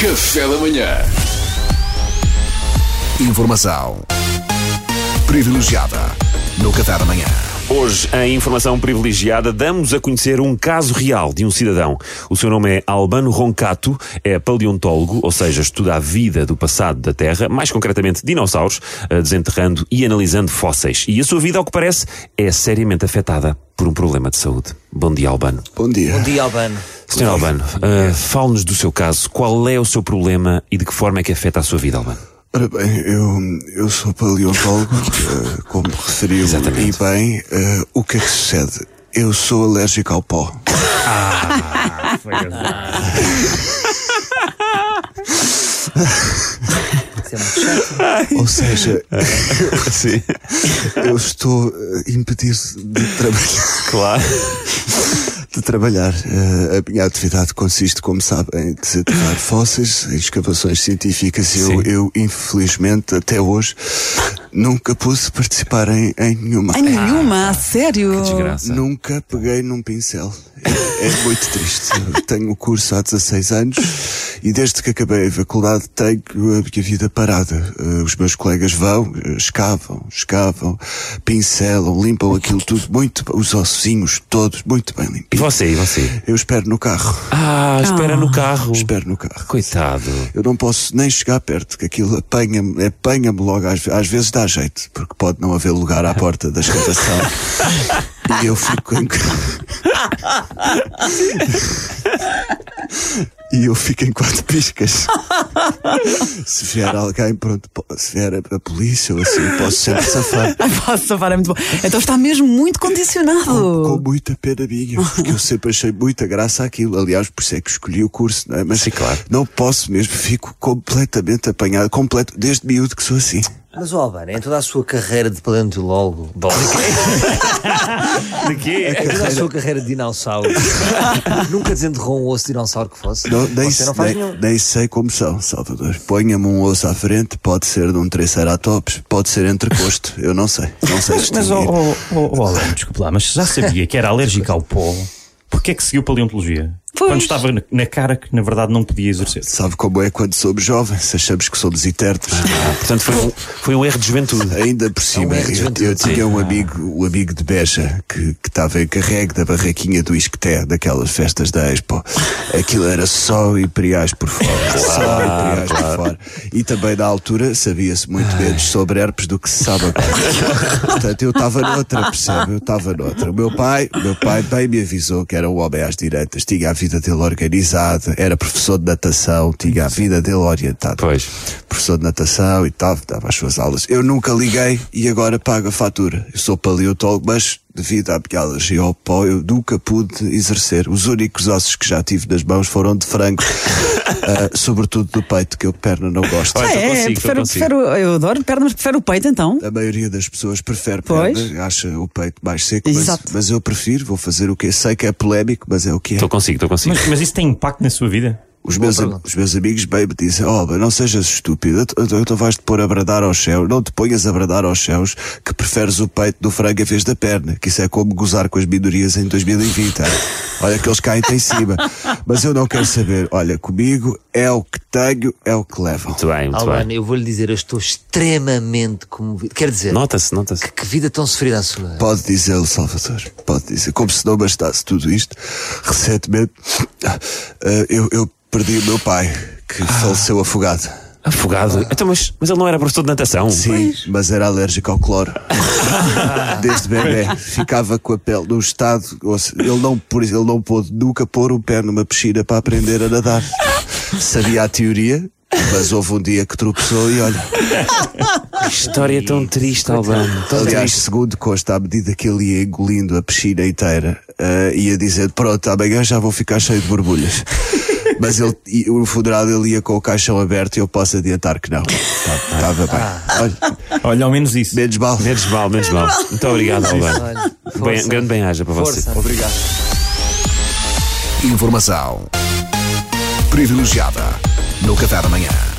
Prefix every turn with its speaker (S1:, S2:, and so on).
S1: Café da manhã.
S2: Informação privilegiada no Café da Manhã.
S3: Hoje, em informação privilegiada, damos a conhecer um caso real de um cidadão. O seu nome é Albano Roncato, é paleontólogo, ou seja, estuda a vida do passado da Terra, mais concretamente dinossauros, eh, desenterrando e analisando fósseis. E a sua vida, ao que parece, é seriamente afetada por um problema de saúde. Bom dia, Albano.
S2: Bom dia.
S4: Bom dia, Albano.
S3: Sr. Albano, eh, fale-nos do seu caso. Qual é o seu problema e de que forma é que afeta a sua vida, Albano?
S5: Ora bem, eu, eu sou paleontólogo, eh, como referiu e
S3: Exatamente.
S5: bem, eh, o que é que sucede? Eu sou alérgico ao pó.
S4: Isso é muito chato.
S5: Ou seja,
S3: Sim,
S5: eu estou eh, impedido de trabalhar.
S3: claro.
S5: De trabalhar. Eh, a minha atividade consiste, como sabem, de desenterrar fósseis, em escavações científicas. Eu,
S3: Sim.
S5: eu, infelizmente, até hoje, nunca pude participar em, em nenhuma.
S6: Ai, nenhuma, a sério.
S3: Desgraça.
S5: Nunca peguei num pincel. É, é muito triste. Eu tenho o curso há 16 anos e desde que acabei a faculdade tenho a minha vida parada. Eh, os meus colegas vão, eh, escavam, escavam, pincelam, limpam aquilo tudo muito, bem, os ossinhos todos muito bem
S3: E
S5: limpinhos.
S3: você, e você?
S5: Eu espero no carro.
S3: Ah, espera no carro.
S5: Espero no carro.
S3: Coitado.
S5: Eu não posso nem chegar perto, que aquilo apanha-me apanha logo. Às, ve- às vezes dá jeito, porque pode não haver lugar à porta da escavação. e eu fico em. E eu fico em quatro piscas. Se vier alguém, pronto, po- se vier a, a polícia ou assim, eu posso sempre safar.
S6: Ai, posso safar, é muito bom. Então está mesmo muito
S5: Com
S6: condicionado.
S5: muita pena minha, porque eu sempre achei muita graça aquilo. Aliás, por isso é que escolhi o curso, não é? Mas
S3: Sim, claro.
S5: não posso mesmo, fico completamente apanhado, completo, desde miúdo que sou assim.
S4: Mas, ó, Albano, em toda a sua carreira de paleontólogo,
S3: De quê?
S4: em toda a sua carreira de dinossauro, nunca desenterrou um osso de dinossauro que fosse.
S5: Não, nem,
S4: Você não faz
S5: nem-
S4: nenhum.
S5: nem sei como são, Salvador. Ponha-me um osso à frente, pode ser de um triceratops, pode ser entrecosto, eu não sei. Não sei se
S7: Mas, oh, ó, ó, ó, ó, Alan, desculpe lá, mas já sabia que era alérgico ao pó, porque é que seguiu paleontologia?
S6: Pois.
S7: Quando estava na- na cara que na verdade não podia exercer.
S5: Sabe como é quando somos jovens, achamos que somos eternos.
S3: Portanto, foi um, foi um erro de juventude.
S5: Ainda por cima,
S4: É um erro de
S5: eu,
S4: juventude,
S5: eu tinha um amigo, um amigo de Beja que que estava encarregue da barraquinha do Isqueté, daquelas festas da Expo. Aquilo era só imperiais por fora. só imperiais por fora. E também na altura sabia-se muito menos sobre herpes do que se sabe agora. Portanto, eu estava noutra, percebe? Eu estava noutra. O meu pai, o meu pai bem me avisou que era um homem às direitas, tinha a vida dele organizada, era professor de natação, tinha a vida dele orientada
S3: Pois.
S5: professor de natação e tal, dava as suas aulas. Eu nunca liguei e agora pago a fatura. Eu sou paleontólogo, mas devido à minha alergia ao pó, eu nunca pude exercer. Os únicos ossos que já tive nas mãos foram de frango, Ah, sobretudo do peito, que eu de perna não gosto.
S3: Olha,
S6: Ah,
S3: eu
S6: é,
S3: consigo, eu
S6: prefiro,
S3: consigo.
S6: prefiro, eu adoro pernas, mas prefiro o peito então.
S5: A maioria das pessoas prefere
S6: Pois.
S5: perna, acha o peito mais seco, mas,
S6: Exato.
S5: mas eu prefiro, vou fazer o que sei que é polémico, mas é o que é.
S3: Estou consigo, estou consigo.
S7: Mas, mas isso tem impacto na sua vida?
S5: Os meus, am- os meus amigos bem me dizem: Oh, mas não sejas estúpido, então- então então vais-te pôr a bradar aos céus, não te ponhas a bradar aos céus, que preferes o peito do frango em vez da perna, que isso é como gozar com as minorias em 2020. ah. Olha que eles caem em cima. Mas eu não quero saber, olha, comigo é o que tenho, é o que levam.
S3: Muito bem, muito
S4: Albano,
S3: bem.
S4: eu vou-lhe dizer, eu estou extremamente comovido. Quer dizer,
S3: Nota-se, nota-se.
S4: que, que vida tão sofrida a sua.
S5: Pode dizê-lo, Salvador. Pode dizer. Como se não bastasse tudo isto, recentemente eh, eu, eu perdi o meu pai, que faleceu afogado.
S3: Afogado. Então, mas, mas ele não era professor de natação?
S5: Sim, mas era alérgico ao cloro. Desde bebê. Ficava com a pele num estado. ou se- Ele não, por isso, ele não pôde nunca pôr o pé numa piscina para aprender a nadar. Sabia a teoria, mas houve um dia que tropeçou e olha.
S3: História tão triste, Albano. Tão
S5: Aliás,
S3: triste.
S5: segundo consta, à medida que ele ia engolindo a piscina inteira, eh, ia dizendo: Pronto, amanhã já vou ficar cheio de borbulhas. Mas ele, e o funeral ele ia com o caixão aberto e eu posso adiantar que não. Estava
S3: Ah.
S5: bem. Olha,
S7: Olha, ao menos isso.
S5: menos mal.
S3: Menos mal, menos mal. Muito obrigado, Albano.
S4: Olha,
S3: Bem,
S4: força.
S3: grande bem-aja para você.
S4: Força.
S5: Obrigado.
S2: Informação privilegiada no Café da Manhã.